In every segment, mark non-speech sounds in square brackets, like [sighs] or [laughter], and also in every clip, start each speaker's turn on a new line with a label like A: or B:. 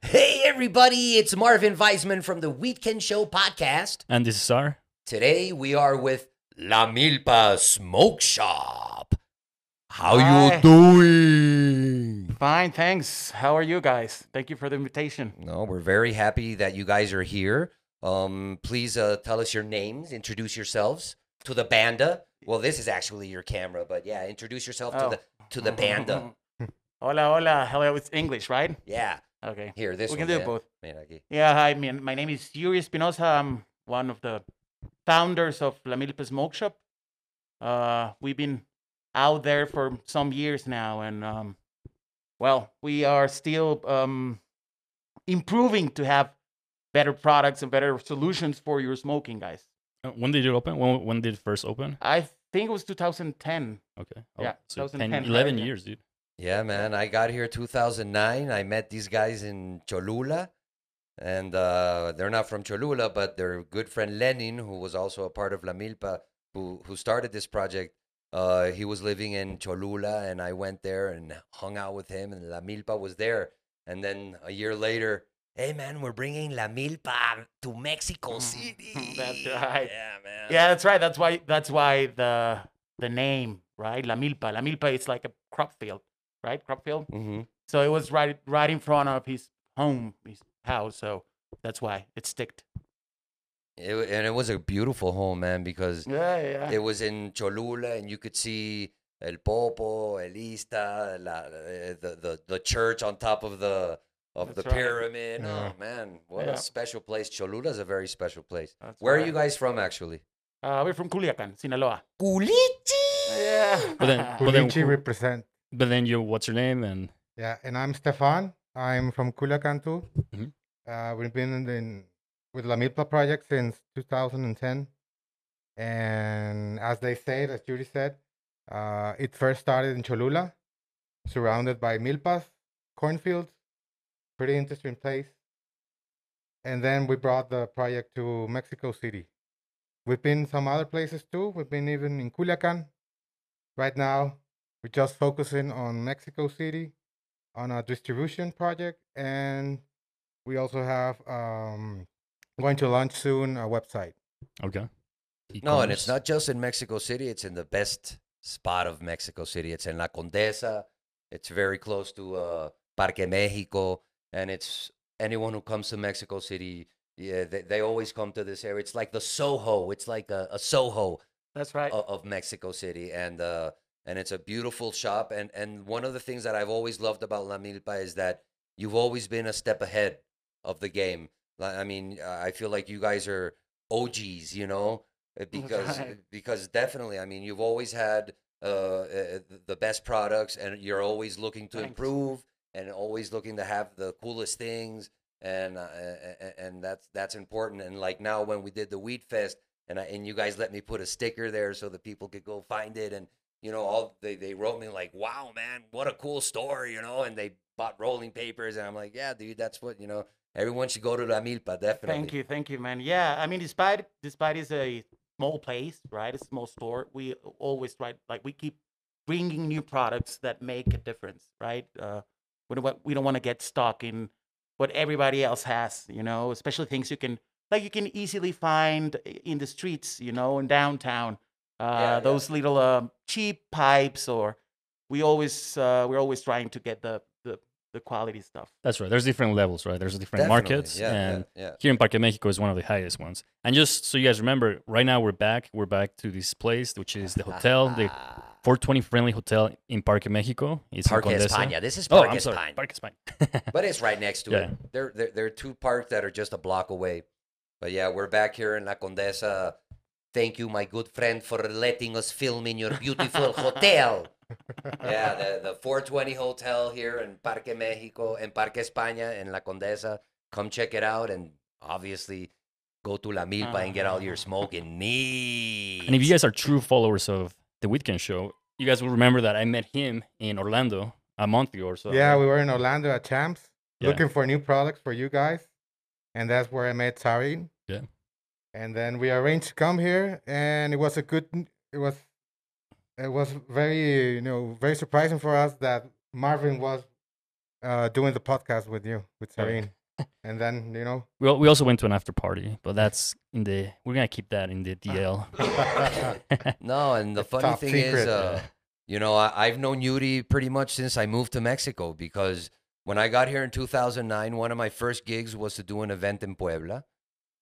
A: Hey, everybody, it's Marvin Weisman from the Weekend Show podcast.
B: And this is our.
A: Today we are with La Milpa Smoke Shop. How
C: Hi.
A: you doing?
C: Fine, thanks. How are you guys? Thank you for the invitation.
A: No, we're very happy that you guys are here. Um, please uh, tell us your names, introduce yourselves to the banda. Well, this is actually your camera, but yeah, introduce yourself to
C: Oh.
A: the to the banda.
C: [laughs] hola, hola. Hello, it's English, right?
A: Yeah,
C: Okay.
A: here this
C: we
A: one.
C: can do
A: yeah.
C: both.
A: Man, okay.
C: Yeah, hi. My, my name is Yuri Espinosa. I'm one of the founders of La Milpa Smoke Shop. Uh, we've been out there for some years now, and um, well, we are still um, improving to have better products and better solutions for your smoking, guys.
B: Uh, When did it open? When, when did it first open?
C: I think it was 2010.
B: Okay. Oh,
C: Yeah,
B: so 10,
C: 2010,
B: 11
C: right, yeah.
B: years, dude.
A: Yeah, man. I got here 2009. I met these guys in Cholula, and uh, they're not from Cholula, but their good friend Lenin, who was also a part of La Milpa, who who started this project. Uh, he was living in Cholula, and I went there and hung out with him, and La Milpa was there. And then a year later, hey man, we're bringing La Milpa to Mexico
C: Mm, [laughs]
A: City.
C: that's right.
A: Yeah, man.
C: Yeah, that's right. That's why. That's why the the name, right? La milpa. La milpa. It's like a crop field, right? Crop field.
A: hmm
C: So it was right right in front of his home, his house. So that's why it sticked.
A: It, wa- and it was a beautiful home, man, because
C: Yeah, yeah.
A: It was in Cholula, and you could see El Popo, Elista, la, eh, the, the the church on top of the of the
C: That's right.
A: pyramid.
D: Yeah.
A: Oh man, what
C: Yeah.
A: a special place! Cholula is a very special place. Where are you guys from, actually?
C: Uh, we're from Culiacan, Sinaloa.
A: Culichi.
C: Yeah.
B: But then- but then-
D: Pulichi represent.
B: But then you, what's your name? And
D: Yeah, and I'm Stefan. I'm from Culiacan too.
B: Mhm.
D: Uh, we've been in, in with La Milpa project since 2010, and as they said, as Judy said, uh, it first started in Cholula, surrounded by milpas, cornfields, pretty interesting place. And then we brought the project to Mexico City. We've been some other places too. We've been even in Culiacan. Right now, we're just focusing on Mexico City, on a distribution project, and we also have um, going to launch soon a website.
B: okay.
A: No, and it's
B: E-commerce.
A: not just in Mexico City. It's in the best spot of Mexico City. It's in La Condesa. It's very close to uh, Parque Mexico, and it's anyone who comes to Mexico City, yeah, they, they always come to this area. It's like the Soho. It's like a, a Soho
C: [laughs] That's right.
A: o- of Mexico City, and uh, and it's a beautiful shop. And and one of the things that I've always loved about La Milpa is that you've always been a step ahead of the game. Like, I mean, uh, I feel like you guys are OGs, you know,
C: [laughs]
A: uh, because
C: right.
A: because definitely, I mean, you've always had uh, uh, th- the best products, and you're always looking to
C: Thanks.
A: improve, and always looking to have the coolest things. And uh, a- a- a- and that's that's important. And like now, when we did the Weed Fest, and I, and you guys let me put a sticker there so that people could go find it and you know all they, they wrote me like wow man what a cool store you know and they bought rolling papers and i'm like yeah dude that's what you know everyone should go to la milpa definitely
C: Thank you, thank you, man. Yeah, I mean, despite despite it's a small place, right? It's a small store. We always try, like, we keep bringing new products that make a difference, right? Uh, we don't want- we don't want to get stuck in what everybody else has, you know, especially things you can like you can easily find i- in the streets, you know, in downtown. Uh,
A: yeah.
C: Those little um, cheap pipes, or we always uh, we're always trying to get the the, the quality stuff.
B: That's right. There's different levels, right? There's different
A: Definitely,
B: markets.
A: yeah, yeah,
B: and
A: yeah
B: here in Parque Mexico is one of the highest ones. And just so you guys remember, right now we're back. We're back to this place, which is the hotel, the
A: Ah.
B: 420 friendly hotel in Parque Mexico. It's
A: [laughs]
B: in
A: parque
B: Condesa.
A: españa this is
B: Oh,
A: parque
B: I'm sorry.
A: españa
B: Parque España. [laughs]
A: but it's right next to
B: Yeah.
A: it. There, there, there are two parks that are just a block away. But yeah, we're back here in La Condesa. Thank you, my good friend, for letting us film in your beautiful hotel. yeah, the, the 420 hotel here in Parque Mexico and Parque España in La Condesa. Come check it out and obviously go to La Milpa and get all your smoking needs.
B: Ah. And if you guys are true followers of the Weekend Show, you guys will remember that I met him in Orlando a month ago or so.
D: yeah, we were in Orlando at Champs
B: Yeah.
D: looking for new products for you guys, and that's where I met Sarin.
B: Yeah.
D: And then we arranged to come here, and it was a good. n- It was, it was very you know very surprising for us that Marvin was uh, doing the podcast with you with
B: Yeah.
D: Sarin. and then you know
B: We, al- we also went to an after party, but that's in the. We're gonna keep that in the [laughs]
D: [laughs]
B: DL.
A: No, and the
D: It's
A: funny
D: top
A: thing is,
D: secret.
A: uh, you know, I, I've known Yuri pretty much since I moved to Mexico because when I got here in 2009, one of my first gigs was to do an event in Puebla,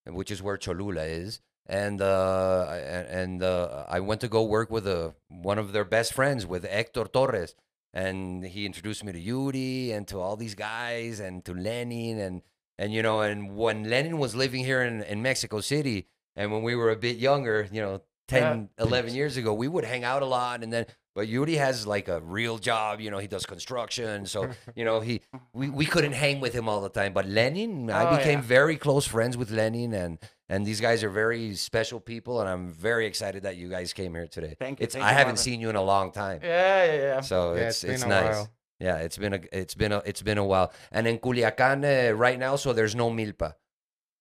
A: which is where Cholula is. And uh, I- a- and uh, I went to go work with a, one of their best friends, with Hector Torres, and he introduced me to Yuri and to all these guys and to Lenin and and you know and when Lenin was living here in, in Mexico City and when we were a bit younger, you know, 10, 11 years ago, we would hang out a lot. And then, but Yuri has like a real job, you know, he does construction.
C: [laughs]
A: So, you know, he, we, we couldn't hang with him all the time. But Lenin, I
C: Oh,
A: became
C: yeah.
A: very close friends with Lenin and, and these guys are very special people. And I'm very excited that you guys came here today.
C: Thank you,
A: It's,
C: thank
A: I
C: you,
A: haven't
C: Marvin.
A: seen you in a long time.
C: Yeah, yeah, yeah.
A: So
D: Yeah,
A: Oh, it's,
D: it's been
A: it's
D: a
A: nice.
D: while.
A: Yeah. It's been a, it's been a, it's been a while. And in Culiacan uh, right now, so there's no milpa.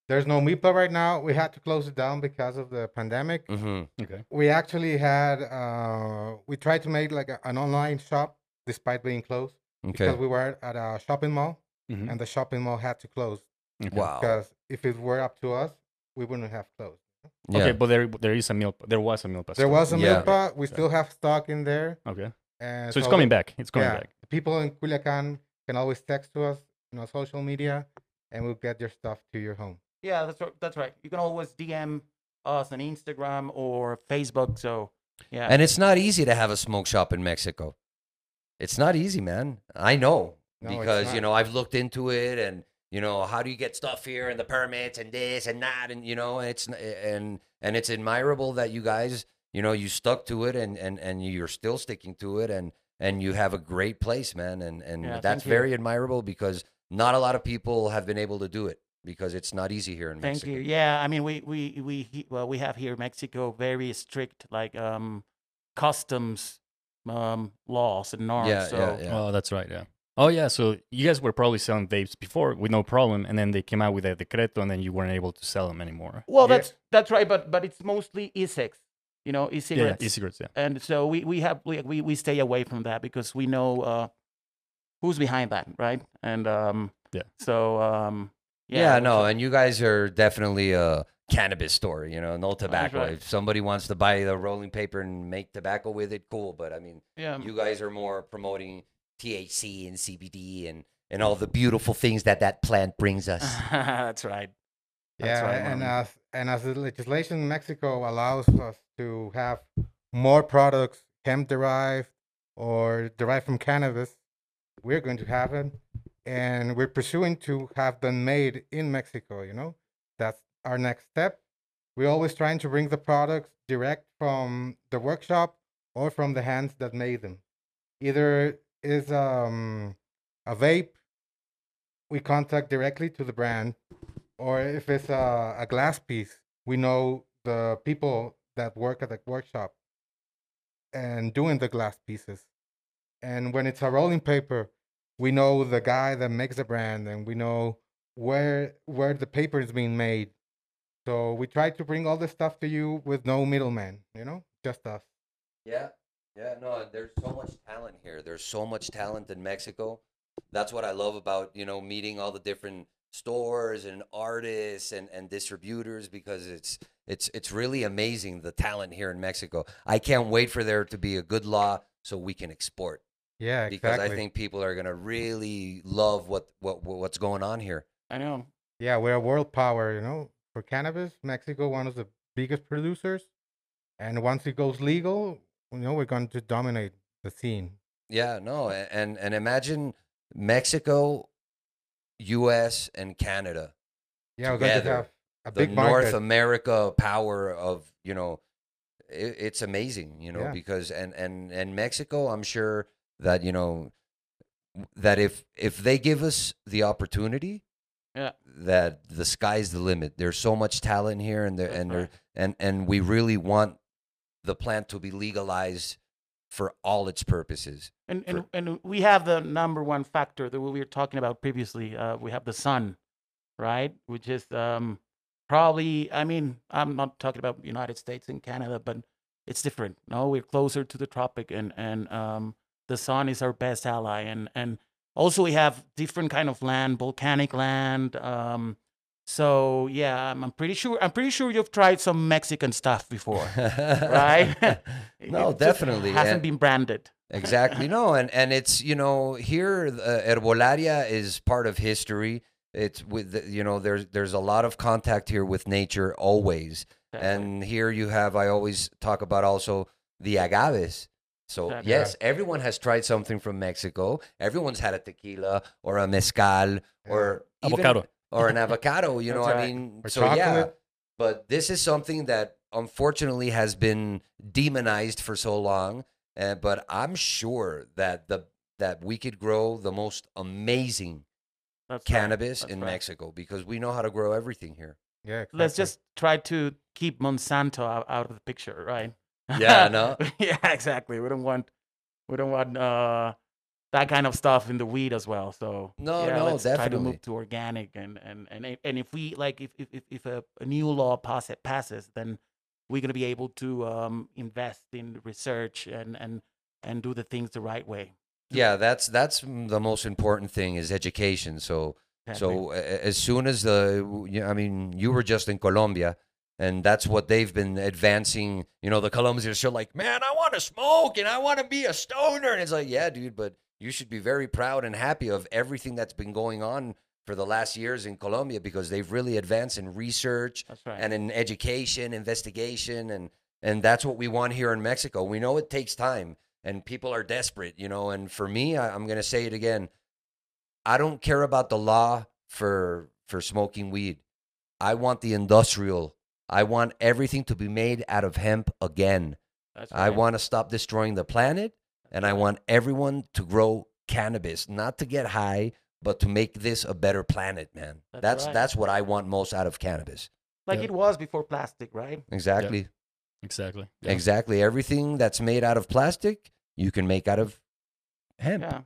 D: there's no MIPA right now. We had to close it down because of the pandemic.
B: Mm.
A: hmm
B: okay.
D: We actually had uh, we tried to make like a, an online shop despite being closed
A: Okay.
D: because we were at a shopping mall
B: Mhm.
D: and the shopping mall had to close
A: Wow.
D: because if it were up to us, we wouldn't have closed.
A: Yeah.
B: Okay, but there there is a meal. There was a meal. pass
D: There
B: store.
D: was a
A: Yeah.
D: MIPA. We still have stock in there.
B: Okay,
D: And
B: so it's coming back. It's coming
D: yeah,
B: back.
D: People in Culiacan can always text to us on our social media, and we'll get your stuff to your home.
C: Yeah, that's right. That's right. You can always DM us on Instagram or Facebook. So yeah,
A: And it's not easy to have a smoke shop in Mexico. It's not easy, man. I know
D: No, it's
A: because you
D: not.
A: know I've looked into it, and you know how do you get stuff here and the permits and this and that, and you know it's n- and and it's admirable that you guys you know you stuck to it and and and you're still sticking to it, and and you have a great place, man, and and
C: Yeah,
A: that's
C: thank you.
A: very admirable because not a lot of people have been able to do it because it's not easy here in
C: thank
A: Mexico.
C: you. Yeah, I mean we we we he- well we have here in Mexico very strict like um customs um laws and norms.
A: Yeah,
C: so
A: yeah, yeah.
B: Oh, that's right. Yeah. Oh yeah. So you guys were probably selling vapes before with no problem, and then they came out with a decreto, and then you weren't able to sell them anymore.
C: well
D: Yeah.
C: that's that's right. But but it's mostly e-cigs, you know,
B: Yeah,
C: e-cigarettes.
B: Yeah, e-cigarettes. Yeah.
C: and so we we have we we, we stay away from that because we know uh who's behind that, right? And um
B: Yeah.
C: So um
A: Yeah,
C: that's
A: no,
C: right.
A: and you guys are definitely a cannabis store, you know, no tobacco.
C: right.
A: If somebody wants to buy the rolling paper and make tobacco with it, cool. But I mean,
C: yeah.
A: you guys are more promoting THC and CBD and, and all the beautiful things that that plant brings
C: [sighs]
A: us.
C: [laughs] that's right. That's
D: yeah,
C: right,
D: and uh,
C: Marvin.
D: as and as the legislation in Mexico allows us to have more products hemp derived or derived from cannabis, we're going to have it, and we're pursuing to have them made in Mexico. You know, that's our next step. We're always trying to bring the products direct from the workshop or from the hands that made them. Either is um, a vape, we contact directly to the brand or if it's a, a glass piece, we know the people that work at the workshop and doing the glass pieces. And when it's a rolling paper, we know the guy that makes the brand and we know where where the paper is being made. So we try to bring all this stuff to you with no middleman, you know, just us.
A: Yeah, yeah, no, and there's so much talent here. There's so much talent in Mexico. That's what I love about you know meeting all the different stores and artists and, and distributors because it's it's it's really amazing the talent here in Mexico. I can't wait for there to be a good law so we can export
D: Yeah,
A: because I think people are gonna really love what what what's going on here.
C: I know.
D: Yeah, we're a world power, you know, for cannabis. Mexico, one of the biggest producers. And once it goes legal, you know, we're going to dominate the scene.
A: Yeah, no, a- and and imagine Mexico, U.S. and Canada.
D: Yeah, we're going to
A: Together,
D: have a
A: the
D: big
A: North
D: market.
A: America power of you know, it, it's amazing, you know,
D: Yeah.
A: because and and and Mexico, I'm sure that you know that if if they give us the opportunity,
C: Yeah.
A: that the sky's the limit. There's so much talent here, and there
C: That's
A: and there
C: right.
A: and and we really want the plant to be legalized for all its purposes.
C: And, and, and we have the number one factor that we were talking about previously. Uh, we have the sun, right? Which is um, probably, I mean, I'm not talking about United States and Canada, but it's different. No, we're closer to the tropic and, and um, the sun is our best ally. And, and Also, we have different kind of land, volcanic land. Um, so yeah, I'm, I'm pretty sure. I'm pretty sure you've tried some Mexican stuff
A: [laughs]
C: before. Right? It
A: No,
C: just
A: definitely,
C: hasn't
A: and-
C: been branded.
A: [laughs] Exactly. No, and and it's you know here uh, herbolaria is part of history. It's with the, you know there's there's a lot of contact here with nature always, and here you have I always talk about also the agaves. So
C: Exactly.
A: yes, everyone has tried something from Mexico. Everyone's had a tequila or a mezcal or even-
B: Avocado.
A: or
C: [laughs]
A: an avocado. You know,
C: That's
A: I
C: right.
A: mean,
D: Or
A: so yeah.
D: chocolate.
A: But this is something that unfortunately has been demonized for so long. Uh, but I'm sure that the that we could grow the most amazing
C: That's right.
A: cannabis
C: That's
A: in
C: right.
A: Mexico because we know how to grow everything here.
D: Yeah.
C: Let's
D: exactly.
C: just try to keep Monsanto out, out of the picture, right?
A: [laughs] Yeah, no.
C: [laughs] yeah, exactly. We don't want we don't want uh, that kind of stuff in the weed as well. So
A: No,
C: yeah,
A: no,
C: let's try to
A: definitely.
C: move to organic and and and i- and if we like if if if- if a, a new law pass, passes, then we're gonna be able to um, invest in research and and and do the things the right way.
A: Yeah, that's that's m- the most important thing is education. So so a- a- as soon as the w- you- I mean you were just in Colombia and that's what they've been advancing. You know, the Colombians are like, "Man, I want to smoke and I want to be a stoner." And it's like, "Yeah, dude, but you should be very proud and happy of everything that's been going on for the last years in Colombia because they've really advanced in research
C: that's right.
A: and in education, investigation, and and that's what we want here in Mexico. We know it takes time, and people are desperate, you know. And for me, I, I'm gonna say it again. I don't care about the law for for smoking weed. I want the industrial. I want everything to be made out of hemp again.
C: That's
A: I
C: right.
A: want to stop destroying the planet, and I want everyone to grow cannabis, not to get high, but to make this a better planet, man.
C: That's
A: that's
C: right.
A: that's what I want most out of cannabis.
C: like
B: Yeah.
C: it was before plastic, right?
A: Exactly.
B: Exactly. Yeah.
A: Exactly. Everything that's made out of plastic, you can make out of hemp.
C: Yeah.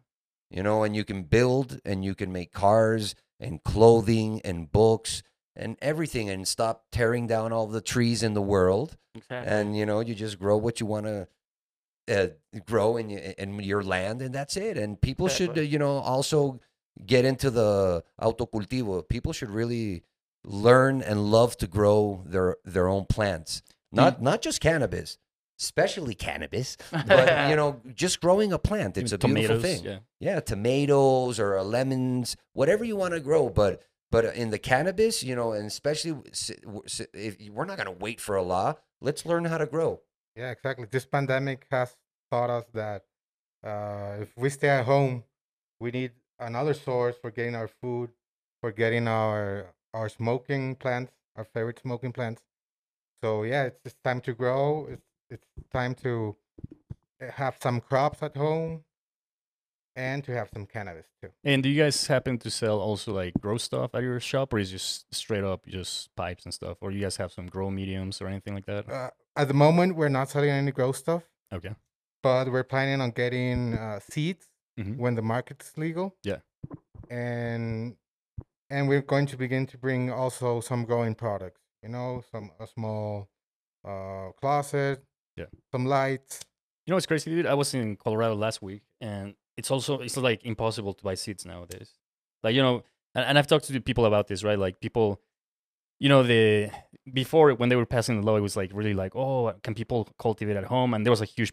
A: You know, and you can build and you can make cars and clothing and books and everything and stop tearing down all the trees in the world.
C: Exactly. [laughs]
A: And, you know, you just grow what you want to. Uh, grow in, y- in your land and that's it and people should uh,
C: Exactly.
A: you know also get into the autocultivo people should really learn and love to grow their their own plants not not just cannabis especially cannabis
C: [laughs]
A: but you know, just growing a plant, it's a beautiful
B: Tomatoes,
A: thing. Yeah.
B: Yeah.
A: tomatoes or uh, lemons, whatever you want to grow, but but in the cannabis, you know, and especially w- s- w- s- if you- we're not going to wait for a law, let's learn how to grow.
D: Yeah, exactly. This pandemic has taught us that uh, if we stay at home, we need another source for getting our food, for getting our our smoking plants, our favorite smoking plants. So yeah, it's just time to grow. It's it's time to eh, have some crops at home, and to have some cannabis too.
B: And do you guys happen to sell also like grow stuff at your shop, or is just straight up just pipes and stuff, or you guys have some grow mediums or anything like that?
D: Uh, at the moment, we're not selling any grow stuff.
B: Okay.
D: but we're planning on getting uh, seeds
B: Mhm.
D: when the market's legal.
B: Yeah.
D: and and we're going to begin to bring also some growing products. You know, some a small uh, closet.
B: Yeah.
D: some lights.
B: You know what's crazy, dude? I was in Colorado last week, and it's also it's like impossible to buy seeds nowadays. Like you know, and, and I've talked to the people about this, right? Like people, you know, the before when they were passing the law, it was like really like, oh, can people cultivate at home? And there was a huge,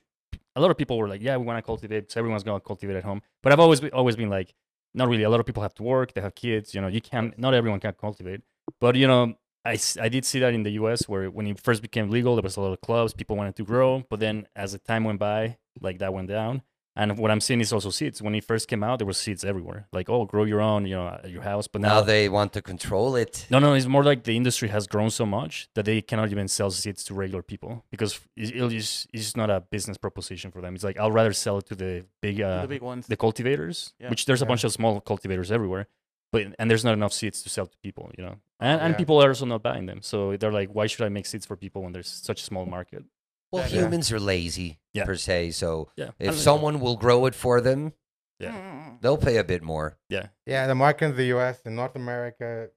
B: a lot of people were like, yeah, we want to cultivate, so everyone's gonna cultivate at home. But I've always be- always been like, not really. A lot of people have to work, they have kids. You know, you can not not everyone can cultivate, but you know. I, s- I did see that in the US where when it first became legal, there was a lot of clubs, people wanted to grow. But then as the time went by, like that went down. And what I'm seeing is also seeds. When it first came out, there were seeds everywhere. Like, oh, grow your own, you know, at your house. But
A: Now
B: now,
A: they want to control it.
B: no, no, it's more like the industry has grown so much that they cannot even sell seeds to regular people because it- it'll just, it's just not a business proposition for them. It's like, I'll rather sell it to the big, uh,
C: the big ones.
B: the cultivators,
C: Yeah.
B: which there's a
D: Yeah.
B: bunch of small cultivators everywhere, but and there's not enough seeds to sell to people, you know, and, and
D: Yeah.
B: people are also not buying them. So they're like, why should I make seeds for people when there's such a small market?
A: Well,
D: Yeah.
A: humans are lazy
B: Yeah.
A: per se, so
B: Yeah,
A: if someone will grow it for them,
B: Yeah.
C: [laughs]
A: they'll pay a bit more.
B: yeah,
D: Yeah, the market in the U.S. and North America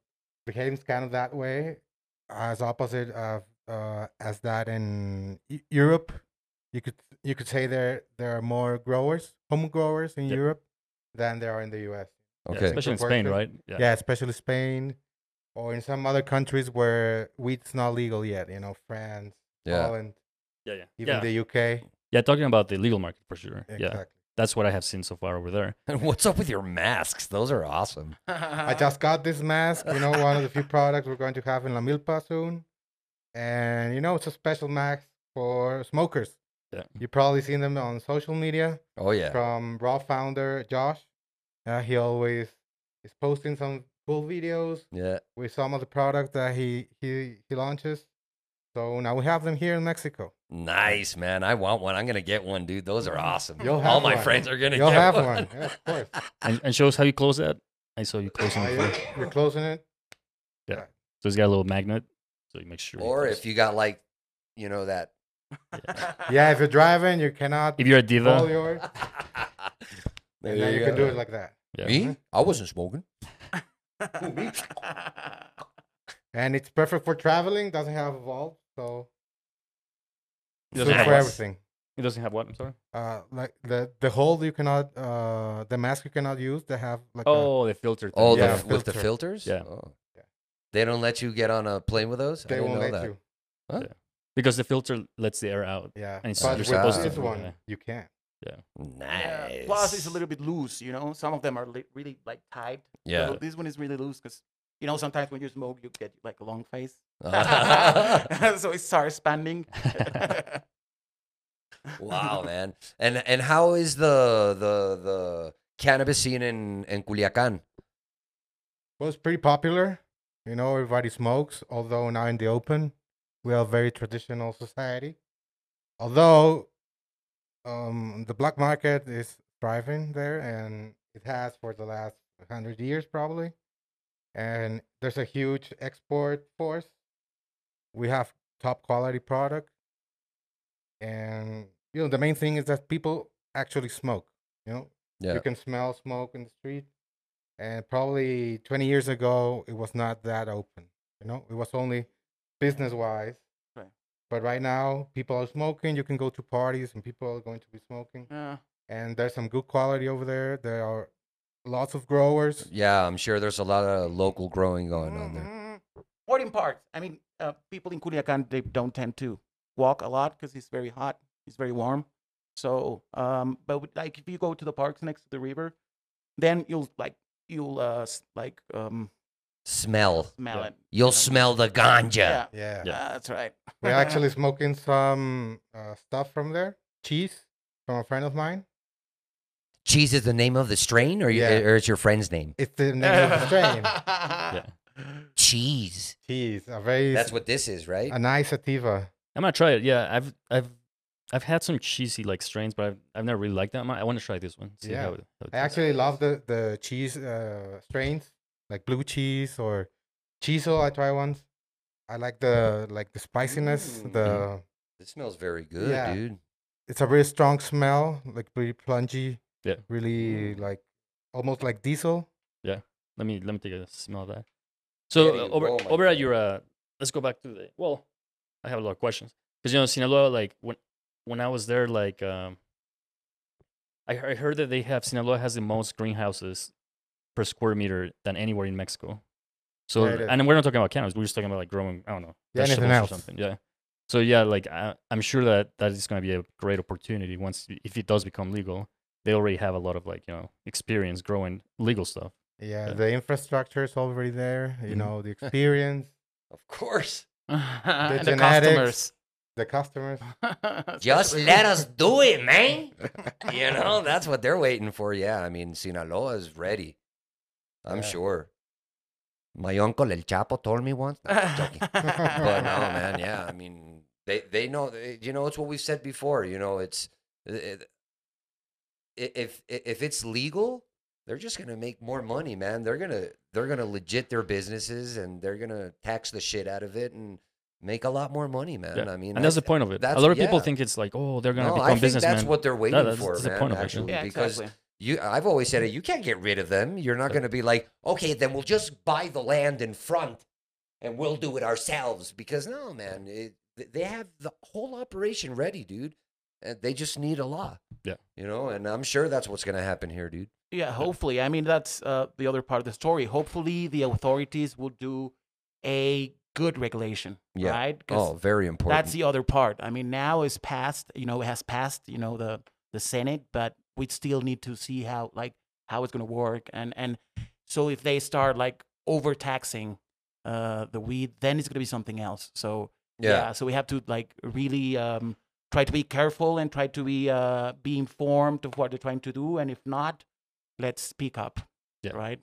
D: behaves kind of that way, as opposite of uh, as that in E- Europe. You could you could say there there are more growers, home growers in
B: Yep.
D: Europe, than there are in the U.S.
B: Yeah,
A: Okay.
B: especially in Spain,
D: Proportion.
B: right?
D: Yeah. especially Spain or in some other countries where weed's not legal yet. You know, France,
A: Yeah.
D: Holland,
B: yeah, yeah.
D: even
B: Yeah.
D: the U.K.
B: yeah, talking about the legal market for sure. Yeah,
D: Exactly.
B: that's what I have seen so far over there.
A: And [laughs] what's up with your masks? Those are
B: [laughs]
A: awesome. Uh,
D: I just got this mask. You know, one of the few products we're going to have in La Milpa soon, and you know, it's a special mask for smokers.
B: Yeah.
D: You've probably seen them on social media.
A: Oh yeah.
D: from Raw founder Josh. Uh, he always is posting some cool videos
A: Yeah.
D: with some of the products that he he he launches. So now we have them here in Mexico.
A: Nice, man. I want one. I'm gonna get one, dude. Those are awesome.
D: Mm. You'll
A: All
D: have
A: my
D: one.
A: friends are gonna
D: You'll
A: get
D: have one, yeah, of course.
A: [laughs]
B: And, and shows how you close that. I saw you closing
D: Now
B: it.
D: you're,
B: first.
D: you're closing it.
B: So it's got a little magnet, so you make sure. you
A: or
B: close.
A: if you got like, you know that. [laughs]
C: [laughs]
D: Yeah, if you're driving, you cannot
B: if you're a diva,
D: roll yours.
A: There
D: and then you can do
A: go.
D: it like that.
B: yeah.
A: Me? I wasn't smoking.
D: And it's perfect for traveling. Doesn't have a valve, so it's
B: doesn't
D: good
B: have
D: for
B: what?
D: everything.
B: it doesn't have what? I'm sorry.
D: Uh, like the the hole you cannot, uh, the mask you cannot use. They have like a-
B: Oh, the filter. thing.
A: Oh,
D: Yeah,
A: the, with the
D: filter.
A: filters.
B: Yeah.
A: Oh.
D: Yeah.
A: They don't let you get on a plane with those. I
D: they
A: didn't
D: won't
A: know
D: let
A: that.
D: you.
B: because the filter lets the air out.
D: Yeah,
B: And it's
D: but
A: just
D: with
A: supposed to
D: this
A: be,
D: one,
B: yeah.
D: you can't.
A: Nice.
C: Yeah, Plus, it's a little bit loose. You know, some of them are li- really like tight.
A: Yeah.
C: So this one is really loose because you know sometimes when you smoke you get like a long
A: [laughs]
C: face. [laughs] so it starts [laughs] spanning.
A: wow, man. And and how is the the the cannabis scene in in Culiacan?
D: Well, it's pretty popular. You know, everybody smokes, although now in the open, we are a very traditional society. Although um, the black market is thriving there, and it has for the last 100 years probably. And there's a huge export force. We have top quality product. And, you know, the main thing is that people actually smoke. You know,
A: Yeah.
D: you can smell smoke in the street and probably 20 years ago it was not that open you know it was only business wise
C: Right.
D: but right now people are smoking you can go to parties and people are going to be smoking
A: Mm.
C: Yeah.
D: and there's some good quality over there there are lots of growers
A: Yeah, I'm sure there's a lot of local growing going on
D: Mm-hmm.
A: there.
C: Or in Mm-hmm. parts. I mean, uh, people in Culiacan they don't tend to walk a lot because it's very hot. It's very warm. So, um, but with- like if you go to the parks next to the river, then you'll like you'll uh s- like um
A: Smell.
C: smell
B: Yeah.
C: it.
A: You'll
C: know?
A: smell the ganja.
C: Yeah.
D: yeah,
B: Yeah.
C: yeah, that's right.
D: we're
C: [laughs]
D: actually smoking some uh, stuff from there cheese from a friend of mine
A: Cheese is the name of the strain, or you,
D: Yeah.
A: or it's your friend's name.
D: it's the name of
A: [laughs]
D: the strain
C: [laughs]
A: Cheese.
D: cheese a very
A: That's what this is, right?
D: a nice sativa
B: I'm gonna try it. Yeah, I've I've I've had some cheesy like strains, but I've, I've never really liked that. much. I want to try this one. See
D: Yeah.
B: how it, how it
D: I
B: tastes.
D: actually love the the cheese uh, strains like blue cheese or cheesel. I try once. I like the like the spiciness.
A: Mm.
D: The
A: This smells very good,
D: Yeah.
A: dude.
D: it's a really strong smell, like really plungy.
B: Yeah.
D: Really like almost like diesel.
B: Let me let me take a smell of that. So
A: you
B: uh, over
A: roll, my
B: over at
A: friend.
B: your uh, let's go back to the well, I have a lot of questions because you know Sinaloa like when when I was there like um, I, he- I heard that they have Sinaloa has the most greenhouses per square meter than anywhere in Mexico. So
D: Yeah, it is.
B: and we're not talking about cannabis, we're just talking about like growing I don't know
D: Yeah, anything
B: vegetables
D: else.
B: or something. Yeah. So yeah, like I, I'm sure that that is going to be a great opportunity once if it does become legal. They already have a lot of like you know experience growing legal stuff.
D: Yeah,
B: Yeah.
D: the infrastructure is already there. You
B: Mhm.
D: know, the experience,
A: Of
D: [laughs]
A: course.
C: and the
D: genetics.
C: customers.
D: the customers.
A: Just let us do it,
D: [laughs]
A: man. You know, that's what they're waiting for. Yeah, I mean, Sinaloa is ready. I'm
D: Yeah.
A: sure. My uncle El Chapo told me once. No,
D: [laughs]
A: I'm
C: [laughs]
A: joking. but
B: [laughs]
A: no, man, yeah. I mean, they they know. they- You know, it's what we've said before. You know, it's it, i- if i- if it's legal, they're just gonna make more money, man. They're gonna they're gonna legit their businesses and they're gonna tax the shit out of it and make a lot more money, man.
B: Yeah,
A: I mean,
B: and that's the point of it. A
A: that's-
B: lot of people
A: yeah.
B: think it's like, oh, they're gonna
A: No, I
B: become
A: think
B: businessmen.
A: that's what they're waiting
B: that's-
A: for,
B: that's the
A: man.
B: point of it, yeah.
A: actually,
C: Yeah,
A: because
C: exactly.
A: you, I've always said it. You can't get rid of them. You're not
B: Yeah.
A: going to be like, okay, then we'll just buy the land in front, and we'll do it ourselves. Because no, man, it, th- they have the whole operation ready, dude. And they just need a law.
B: Yeah.
A: you know, and I'm sure that's what's going to happen here, dude.
C: Yeah, hopefully. I mean, that's uh, the other part of the story. Hopefully, the authorities will do a good regulation,
A: Yeah.
C: right? 'Cause
A: Oh, very important.
C: that's the other part. I mean, now it's passed. You know, it has passed. You know, the the Senate, but we still need to see how like how it's going to work. And and so if they start like overtaxing uh, the weed, then it's going to be something else. So yeah. so we have to like really um, try to be careful and try to be uh, be informed of what they're trying to do. And if not, let's speak up.
B: Yeah.
C: Right.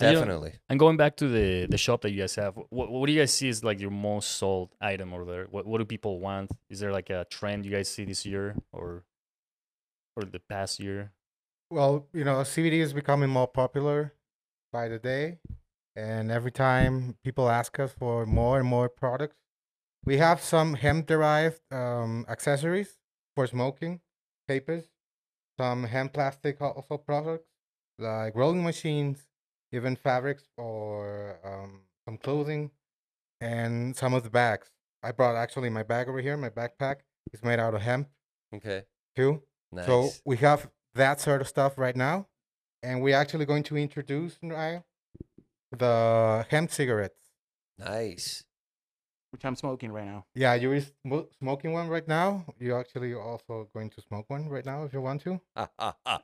B: And, you know,
A: definitely.
B: And going back to the the shop that you guys have, what what do you guys see is like your most sold item over there? What what do people want? Is there like a trend you guys see this year or or the past year?
D: Well, you know, CBD is becoming more popular by the day, and every time people ask us for more and more products, we have some hemp-derived um, accessories for smoking, papers, some hemp plastic al- also products like rolling machines, even fabrics or um, some clothing, and some of the bags. I brought actually my bag over here. My backpack is made out of hemp
A: Okay.
D: too.
A: Nice.
D: So we have that sort of stuff right now, and we're actually going to introduce Nraya, the hemp cigarettes.
A: nice.
C: Which I'm smoking right now.
D: Yeah, you're sm- smoking one right now. You're actually also going to smoke one right now if you want to.
A: [laughs]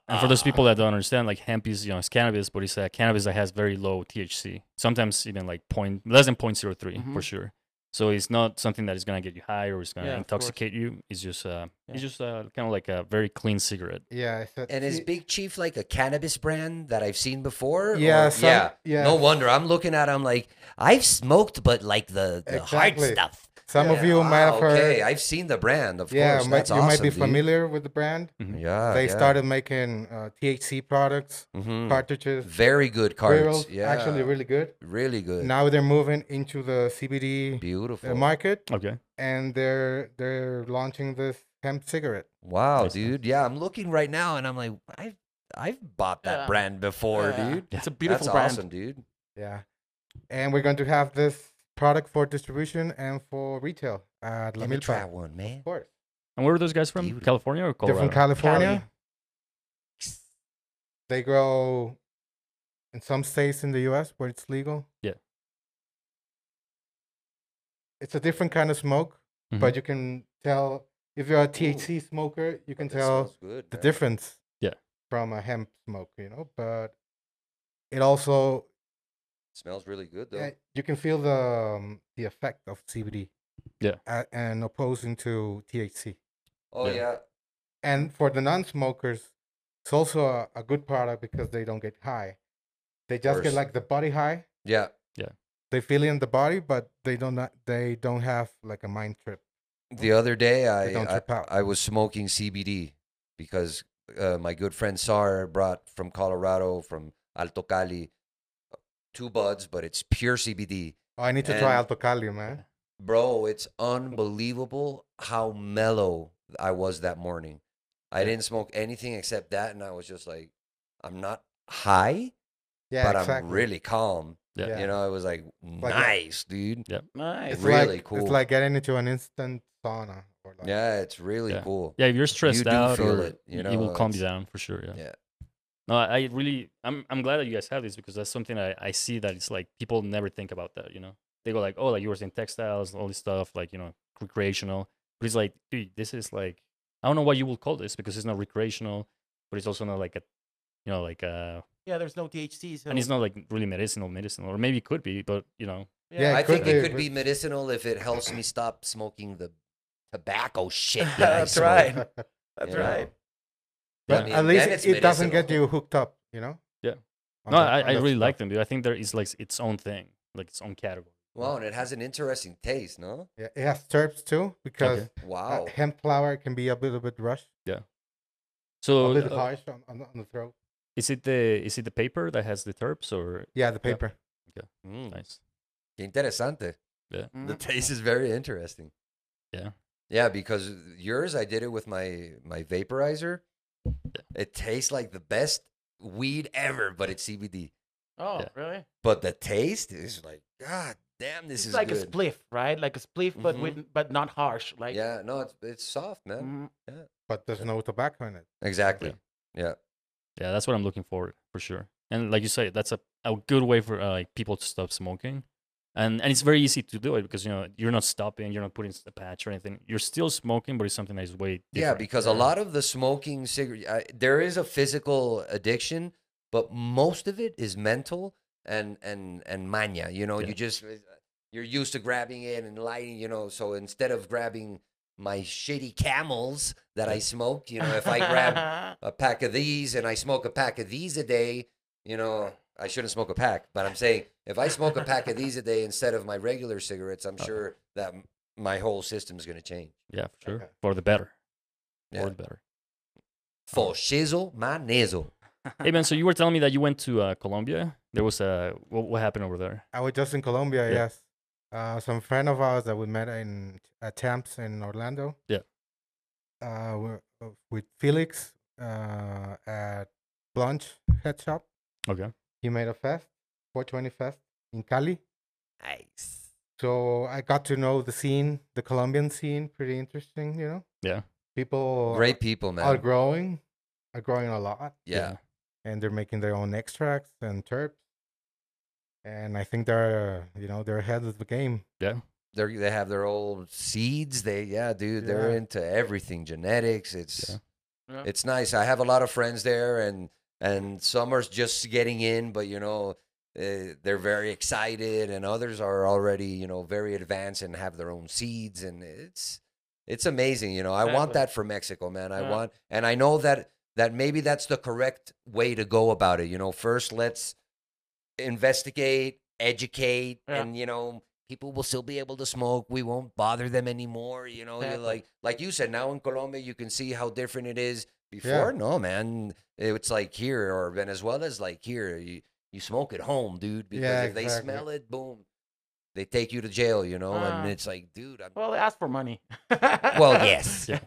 B: And for those
A: Ah.
B: people that don't understand, like hemp is you know it's cannabis, but it's a cannabis that has very low THC. Sometimes even like point less than 0.03 for
A: Mm-hmm.
C: Mhm.
B: sure. So it's not something that is gonna get you high or it's gonna
C: Yeah, of course.
B: intoxicate you. It's just uh
C: Yeah.
B: it's just uh, kind of like a very clean cigarette.
D: Yeah, I said.
A: And is
D: "See,
A: Big Chief like a cannabis brand that I've seen before?
D: Yeah,
A: Or-
D: some-
A: yeah,
D: yeah.
A: No wonder. I'm looking at. it, I'm like, I've smoked, but like the, the
D: Exactly.
A: hard stuff.
D: Some of
A: Yeah,
D: you might
A: ah,
D: have heard.
A: Okay, I've seen the brand. Of
D: yeah,
A: course,
D: might-
A: that's
D: you
A: awesome.
D: might be
A: dude.
D: familiar with the brand.
A: Yeah,
D: they
A: yeah.
D: started making uh, THC products,
A: Mhm.
D: cartridges,
A: Very good cards.
D: barrels,
A: yeah,
D: actually really good.
A: really good.
D: Now they're moving into the CBD
A: Beautiful.
D: uh, market.
B: Okay.
D: and they're they're launching this hemp cigarette.
A: Wow,
B: Nice, nice.
A: dude. Yeah, I'm looking right now, and I'm like, I've I've bought that
C: Yeah.
A: brand before,
C: Yeah.
A: dude.
C: It's a beautiful
A: That's
C: brand.
A: awesome, dude.
D: Yeah, and we're going to have this product for distribution and for retail at La
A: Let me
D: Milpa.
A: try one, man.
D: Of course,
B: And where are those guys from?
A: Beautiful.
B: California or
D: they're
B: Colorado?
D: from California.
C: Cali.
D: They grow in some states in the U.S. where it's legal.
B: Yeah.
D: It's a different kind of smoke,
A: Mm-hmm.
D: but you can tell if you're a THC smoker, you can
A: That
D: tell
A: smells good,
D: the
A: man.
D: difference
B: Yeah.
D: from a hemp smoke, you know, but it also
A: Smells really good though.
D: yeah, you can feel the um, the effect of CBD.
B: Yeah.
D: a- and opposing to THC.
A: Oh
B: Yeah.
A: yeah.
D: And for the non-smokers, it's also a, a good product because they don't get high. They just get
A: course.
D: like the body high.
A: yeah,
D: They feel it in the body, but they don't not, they don't have like a mind trip.
A: The other day,
D: don't
A: I
D: trip
A: I,
D: out.
A: I was smoking CBD because uh, my good friend Sar brought from Colorado from Alto Cali uh, two buds, but it's pure CBD.
D: Oh, I need to try
A: And-
D: Alto Cali, man.
A: Bro, it's unbelievable how mellow I was that morning. I didn't smoke anything except that, and I was just like, I'm not high,
D: Yeah,
A: but
D: exactly.
A: I'm really calm.
B: Yeah.
A: You know, it was like
D: a-
A: nice, dude.
C: Nice.
D: it's
A: really
D: like,
A: cool.
D: It's like getting into an instant sauna. Or like,
A: Yeah, it's really cool.
B: Yeah, if you're stressed
A: do
B: out,
A: feel
B: or
A: it, you
B: it will
A: know,
B: calm you
A: it's-
B: down for sure. Yeah.
A: Yeah.
B: No, I I really, I'm, I'm glad that you guys have this because that's something I, I see that it's like people never think about that. You know, they go like, oh, like you were saying textiles, all this stuff, like you know, recreational. But it's like, dude, this is like, I don't know what you will call this because it's not recreational, but it's also not like a, you know, like uh,
C: Yeah, there's no THC. So
B: and it's not like really medicinal, medicinal, or maybe it could be, but you know,
D: Yeah,
A: I
D: it
A: think
D: could
A: it
D: be,
A: could be medicinal if it helps me stop smoking the tobacco shit.
C: Yeah,
A: That I
C: that's
A: smoke.
C: right.
D: [laughs]
A: you know?
B: Yeah.
A: I mean,
D: At least
A: then it's
D: it doesn't get
A: medicinal.
D: you hooked up, you know.
B: Yeah.
A: Oh,
D: On
B: no,
D: that-
B: I,
D: on
B: I
D: that
B: really like
D: stuff.
B: them, dude. I think there is like its own thing, like its own category.
A: Wow, and it has an interesting taste, no?
D: Yeah, it has terps too because uh,
A: Wow.
D: hemp flower can be a little bit rushed,
B: So
D: a little
B: uh,
D: harsh on, on, the- on the throat.
B: Is it the is it the paper that has the terps or
D: Yeah, the paper.
A: Mm,
B: nice?
A: qué interesante. The
C: Mm.
A: taste is very interesting.
B: Yeah.
A: Yeah, because yours, I did it with my my vaporizer. It tastes like the best weed ever, but it's CBD.
C: Oh,
B: Yeah.
C: really?
A: But the taste is like, God damn, this
C: it's
A: is
C: like
A: good.
C: a spliff, right? Like a spliff, but with, but not harsh. Like
A: Yeah, no, it's it's soft, man.
C: Mhm.
D: But there's no tobacco in it.
A: Exactly. Yeah.
B: Yeah, that's what I'm looking forward for sure. And like you say, that's a, a good way for uh, like people to stop smoking. And and it's very easy to do it because you know you're not stopping, you're not putting s- a patch or anything. You're still smoking, but it's something that is way
A: Yeah,
B: different.
A: because a lot of the smoking cigarette, I there is a physical addiction, but most of it is mental and and and mania. You know,
B: Yeah.
A: you just uh, you're used to grabbing it and lighting. You know, so instead of grabbing my shitty camels that I smoke, you know, if I
B: [laughs]
A: grab
C: [laughs]
A: a pack of these and I smoke a pack of these a day, you know, I shouldn't smoke a pack, but I'm saying if I smoke a pack of these a day instead of my regular cigarettes, I'm
B: Okay.
A: sure that m- my whole system's going to change.
B: yeah, for sure
D: Okay.
B: for the better,
A: Yeah.
B: for the better.
A: For shizzle, my nizzle.
B: hey man, so you were telling me that you went to uh, Colombia. There was a what, what happened over there?
D: I was just in Colombia,
B: Yeah.
D: yes. Uh, some friend of ours that we met in at Temps in Orlando.
B: Yeah.
D: Uh, we're, uh, with Felix uh, at Blanche Head Shop.
B: Okay,
D: He made a fest, 420 fest in Cali.
A: Nice.
D: So I got to know the scene, the Colombian scene, pretty interesting, you know.
B: Yeah.
D: People
A: Great people, man.
D: are growing, are growing a lot,
A: yeah.
D: and they're making their own extracts and terps. And I think they're, you know, they're ahead of the game.
A: They they have their old seeds. They yeah, dude, they're
D: Yeah.
A: into everything, genetics. It's
B: Yeah.
C: Yeah.
A: it's nice. I have a lot of friends there and and some are just getting in, but you know, uh, they're very excited and others are already, you know, very advanced and have their own seeds and it's it's amazing, you know. I want
C: Exactly.
A: that for Mexico, man. I
C: Yeah.
A: want and I know that that maybe that's the correct way to go about it, you know. First, let's investigate, educate,
C: Yeah.
A: and you know, people will still be able to smoke. We won't bother them anymore. You know, you
C: Exactly.
A: like like you said, now in Colombia you can see how different it is. Before, no, man, it's like here or Venezuela's like here. You you smoke at home, dude, because
D: Yeah,
A: if they
D: exactly.
A: smell it, boom, they take you to jail. You know, and
C: Ah.
A: it's like, dude, I'm, [laughs]
C: Well, they ask for money. [laughs]
A: well, yes,
C: you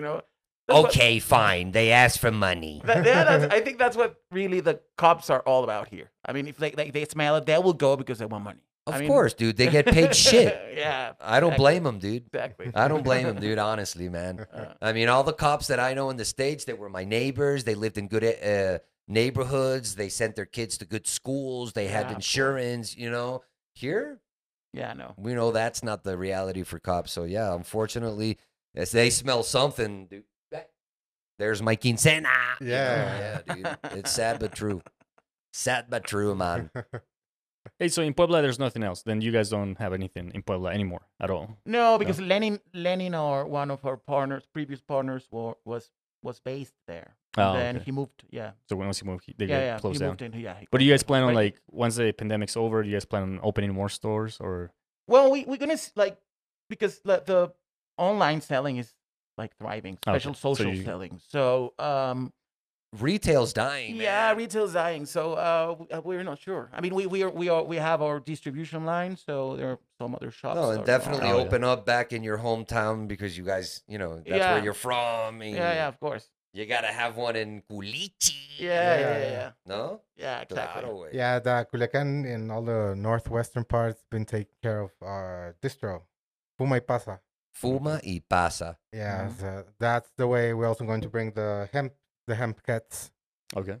C: know. that's what-
A: okay, fine. They ask for money.
C: That, yeah, that's, I think that's what really the cops are all about here. I mean, if they they, they smell it, they will go because they want money.
A: Of
C: [laughs] I mean-
A: course, dude, they get paid
C: [laughs]
A: shit.
C: yeah,
A: I don't
C: Exactly.
A: blame them, dude.
C: exactly.
B: Ah.
A: I don't blame them, dude. Honestly, man.
C: Uh,
A: I mean, all the cops that I know in the States, they were my neighbors. They lived in good uh, neighborhoods. They sent their kids to good schools. They
C: Yeah, of
A: had
C: course.
A: insurance, you know. Here,
C: yeah, no.
A: we know that's not the reality for cops. So, yeah, unfortunately, as they smell something, dude, that- there's my quincena. you know?
D: Yeah.
A: Yeah,
D: [laughs]
A: dude. It's sad but true. Sad but true, man.
B: hey, so in Puebla there's nothing else. Then you guys don't have anything in Puebla anymore at all.
C: No, because Lenin, Lenin, or one of our partners, previous partners, were, was was based there. And
B: Oh,
C: then
B: okay.
C: he moved. Yeah,
B: So once you move, they
C: yeah,
B: get
C: yeah.
B: closed
C: he
B: down.
C: moved into yeah. he
B: But do
C: closed
B: you guys
C: down.
B: plan on
C: But-
B: like once the pandemic's over, do you guys plan on opening more stores or
C: Well, we we're gonna s- like because the, the online selling is like thriving,
B: Okay,
C: special
B: so
C: social
B: you-
C: selling. So um,
A: Retail's dying.
C: Yeah,
A: man.
C: retail's dying, so uh, w- uh, we're not sure. I mean, we we are we are we have our distribution line, so there are some other shops.
A: No, and
C: are-
A: definitely
B: Oh, yeah.
A: open up back in your hometown because you guys, you know, that's
C: Yeah.
A: where you're from. and
C: Yeah, yeah, of course.
A: You gotta have one in Culichi.
C: Yeah, yeah,
D: Yeah, yeah.
C: yeah, yeah,
A: No?
C: yeah exactly.
A: Claro, güey.
D: [laughs] Yeah, the Culiacan in all the northwestern parts been taken care of our distro, Puma y Pasa.
A: Fuma y pasa.
D: Yeah,
C: Mhm.
D: so that's the way we're also going to bring the hemp, the hemp cats
B: Okay.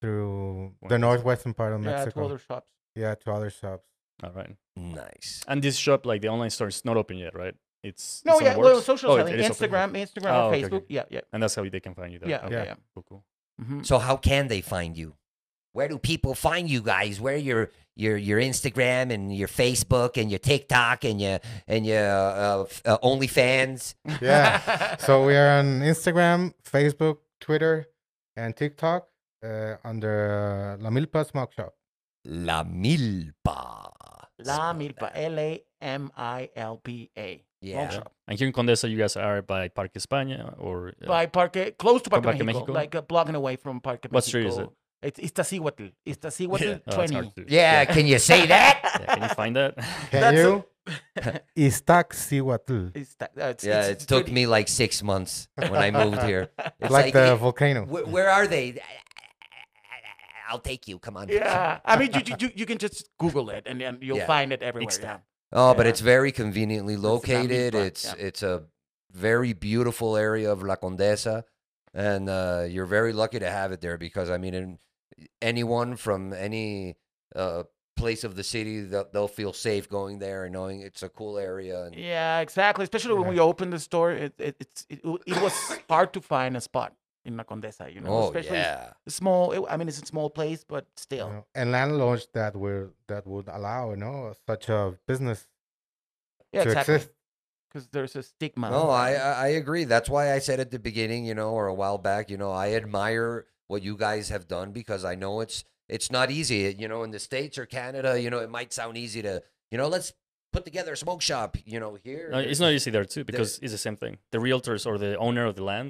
D: through the
B: Wonderful.
D: northwestern part of
C: Yeah, two
D: Mexico.
C: other shops.
D: yeah, to other shops.
B: All right.
A: Nice.
B: And this shop, like the online store, is not open yet, right? It's
C: No,
B: it's on
C: yeah,
B: the
C: well,
B: works?
C: social
B: Oh, it-
C: selling,
B: it is open.
C: Instagram, Instagram,
B: Oh,
C: or
B: okay,
C: Facebook.
B: okay.
C: Yeah, yeah,
B: and that's how they can find you. There.
C: yeah,
B: Okay.
C: okay,
D: Yeah.
C: yeah.
B: Cool, cool.
C: hmm
A: So how can they find you? Where do people find you guys? Where your your your Instagram and your Facebook and your TikTok and your and your uh, f- uh, OnlyFans?
D: Yeah.
C: [laughs]
D: so we are on Instagram, Facebook, Twitter, and TikTok uh, under La Milpa Smoke Shop.
A: La Milpa.
C: La Milpa, L A M I L P A.
A: Yeah.
C: shop.
B: And here in Condesa, you guys are by Parque España or uh,
C: By Parque, close to
B: From
C: Parque,
B: Parque
C: Mexico,
B: Mexico?
C: like a block and away from Parque
B: What
C: Mexico.
B: street is it?
C: It's Iztaccíhuatl. Iztaccíhuatl
A: Yeah.
B: [coughs] Oh, that's
C: 20. [laughs]
B: hard to-
A: Yeah, can you say that?
B: yeah, Can you find that? [laughs]
D: Can
C: That's a-
D: you? Iztaccíhuatl.
C: It's ta- uh, [laughs] it's-
A: Yeah,
C: it's-
A: it
C: it's
A: took me
C: pretty-
A: like six months when I moved
C: [laughs]
A: here. It's
D: Like the
A: eh,
D: volcano.
A: wh- where are they? I'll take you. Come on.
C: [laughs] Yeah, I mean, you, you- you, you can just Google it and, and you'll
A: Yeah.
C: find it everywhere. Yeah.
A: Oh, but
C: Yeah.
A: it's very conveniently
C: It's a Gran
A: located.
C: Villa,
A: It's
C: yeah.
A: it's a very beautiful area of La Condesa. and uh, you're very lucky to have it there because I mean, in, anyone from any uh, place of the city, they'll, they'll feel safe going there and knowing it's a cool area. And,
C: Yeah, exactly. Especially when
D: Yeah.
C: we opened the store, it it it's, it, w- it was hard to find a spot in La Condesa, you know.
A: oh
C: Especially
A: yeah,
C: small. It, I mean, it's a small place, but
D: you
C: still.
D: know, and landlords that were that would allow you know such a business
C: Yeah,
D: to
C: exactly.
D: exist.
C: Because there's a stigma.
B: Uh-huh.
A: no, I uh,
C: right?
A: I I agree. That's why I said at the beginning, you know, or a while back, you know, I admire what you guys have done because I know it's it's not easy. You know, in the states or Canada, you know, it might sound easy to, you know, let's put together a smoke shop. You know, here
B: No, it's
A: there's-
B: not easy there too because it's the same thing. The realtors or the owner of the land,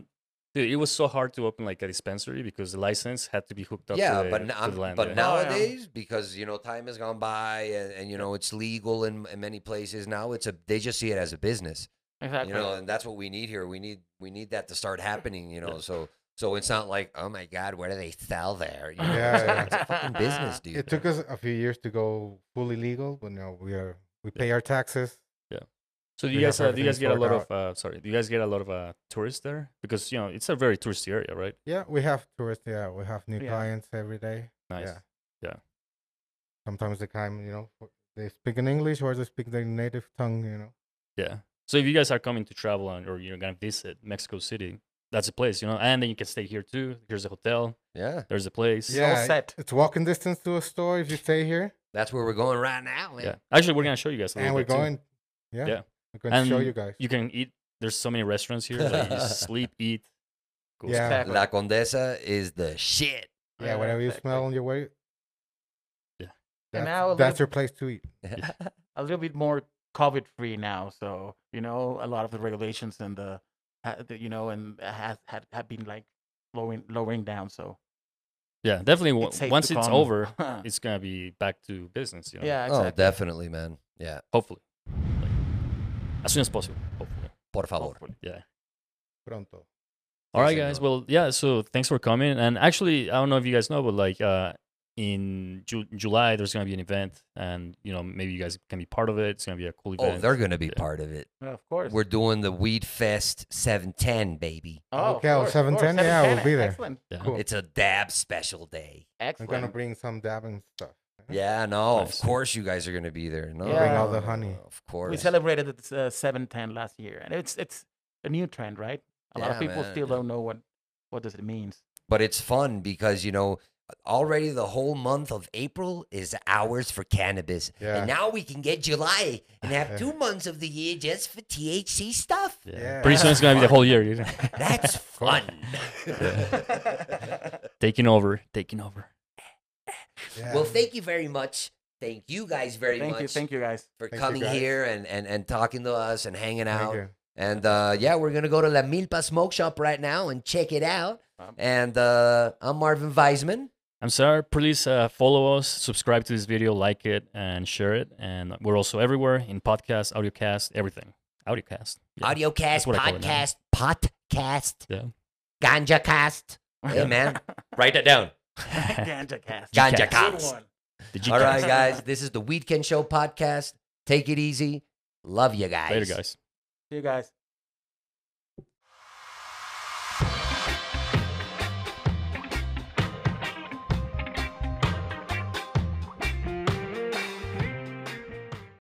B: dude, it was so hard to open like a dispensary because the license had to be hooked up.
A: yeah,
B: to the,
A: but
B: to
A: now,
B: the land,
A: but
B: yeah.
C: now- Oh, yeah.
A: nowadays because you know time has gone by and, and you know it's legal in, in many places now. It's a they just see it as a business,
C: exactly.
A: you know, and that's what we need here. We need we need that to start happening, you know. So so it's not like oh my god, what do they sell there? You know,
D: Yeah,
A: it's,
D: yeah.
A: it's a fucking business, dude.
D: It took us a few years to go fully legal, but now we are we pay our taxes.
B: So do you
D: we have
B: guys uh, do you
D: everything
B: guys get a lot
D: sorted
B: of uh, sorry? Do you guys get a lot of uh, tourists there because you know it's a very touristy area, right?
D: Yeah, we have tourists. Yeah, we have new
C: Yeah.
D: clients every day.
B: Nice.
D: Yeah.
B: Yeah.
D: Sometimes they come, you know, for- they speak in English or they speak their native tongue. You know.
B: Yeah. So if you guys are coming to travel and, or you're gonna visit Mexico City, that's a place, you know. And then you can stay here too. Here's a hotel.
A: yeah,
B: There's a place.
C: all
D: Yeah,
C: set.
D: It's walking distance to a store if you stay here,
A: that's where we're going right now. Man.
B: Yeah. Actually, we're gonna show you guys. A little
D: and we're
B: bit, too.
D: going. Yeah.
B: Yeah.
D: We're going to show
B: And
D: you guys.
B: You can eat. There's so many restaurants here. Like you
D: [laughs]
B: sleep, eat. Cool
D: Yeah.
B: stuff.
A: La Condesa is the shit.
D: yeah, whatever you
C: exactly.
D: smell on your way.
B: Yeah.
D: That's,
C: now a
D: that's
C: little-
D: your place to eat.
C: a little bit more COVID free now. So you know, a lot of the regulations and the, ha- the you know, and has had have been like lowering lowering down. So [laughs]
B: Yeah, definitely. w-
C: it's safe to
B: once it's
C: come.
B: over, it's gonna be back to business. You know?
C: yeah,
A: [laughs] oh,
C: exactly.
A: definitely, man. Yeah,
B: Hopefully, Like, as soon as possible. Hopefully.
A: por
D: Oh,
A: favor.
C: Hopefully.
B: Yeah.
D: Pronto.
B: All right,
A: Yes, I
B: guys.
A: know.
B: Well, yeah. So thanks for coming. And actually, I don't know if you guys know, but like uh, in Ju- July, there's gonna be an event, and you know maybe you guys can be part of it. It's gonna be a cool event.
A: Oh, they're gonna be
B: Yeah.
A: part of it.
C: Yeah, of course.
A: We're doing the Weed Fest 710, baby.
C: oh, of
D: Okay, on
C: course, of course,
D: 7:10, yeah, we'll
C: 7:10,
D: be there.
C: Excellent,
B: Yeah.
D: Cool.
A: It's a dab special day.
D: I'm
C: excellent.
D: gonna bring some dabbing stuff.
A: Yeah, no,
B: Nice.
A: of course you guys are gonna be there. No,
C: Bring all
A: no,
D: the
A: no,
D: honey.
A: no, Of course.
C: we celebrated it uh, seven ten last year, and it's it's a new trend, right? A lot of
A: Yeah,
C: people
A: man,
C: still
A: yeah.
C: don't know what what does it means.
A: but it's fun because you know already the whole month of April is ours for cannabis,
D: Yeah.
A: and now we can get July and
D: Yeah. [laughs]
A: have two months of the year just for THC stuff.
B: Yeah.
D: Yeah.
B: Pretty soon it's gonna be the whole year. you
A: [laughs]
B: know?
D: [laughs]
A: That's fun.
B: [laughs] taking over, taking over.
D: Yeah.
A: Well, thank you very much. Thank you guys very
C: thank
A: much
C: you, thank
A: [laughs]
C: you guys.
A: for
D: Thank you,
A: coming
D: guys.
A: here and, and, and talking to us and hanging
D: Thank
A: out.
D: you.
A: And uh, yeah, we're gonna go to La Milpa Smoke Shop right now and check it out.
C: Um,
A: And uh, I'm Marvin Weisman.
B: I'm sorry. Please uh, follow us, subscribe to this video, like it, and share it. And we're also everywhere in podcast, audiocast, everything. Audiocast. Yeah.
A: Audiocast,
B: that's what I call it now.
A: podcast, podcast,
B: Yeah.
A: ganja cast. Hey, [laughs] man, write that down.
C: Ganja cast.
A: Ganja
C: Good
A: cast.
C: one.
B: The
A: All
B: Gcast.
A: right, guys, this is the Weekend Show podcast. Take it easy. Love you guys.
B: Later, guys.
C: See you guys.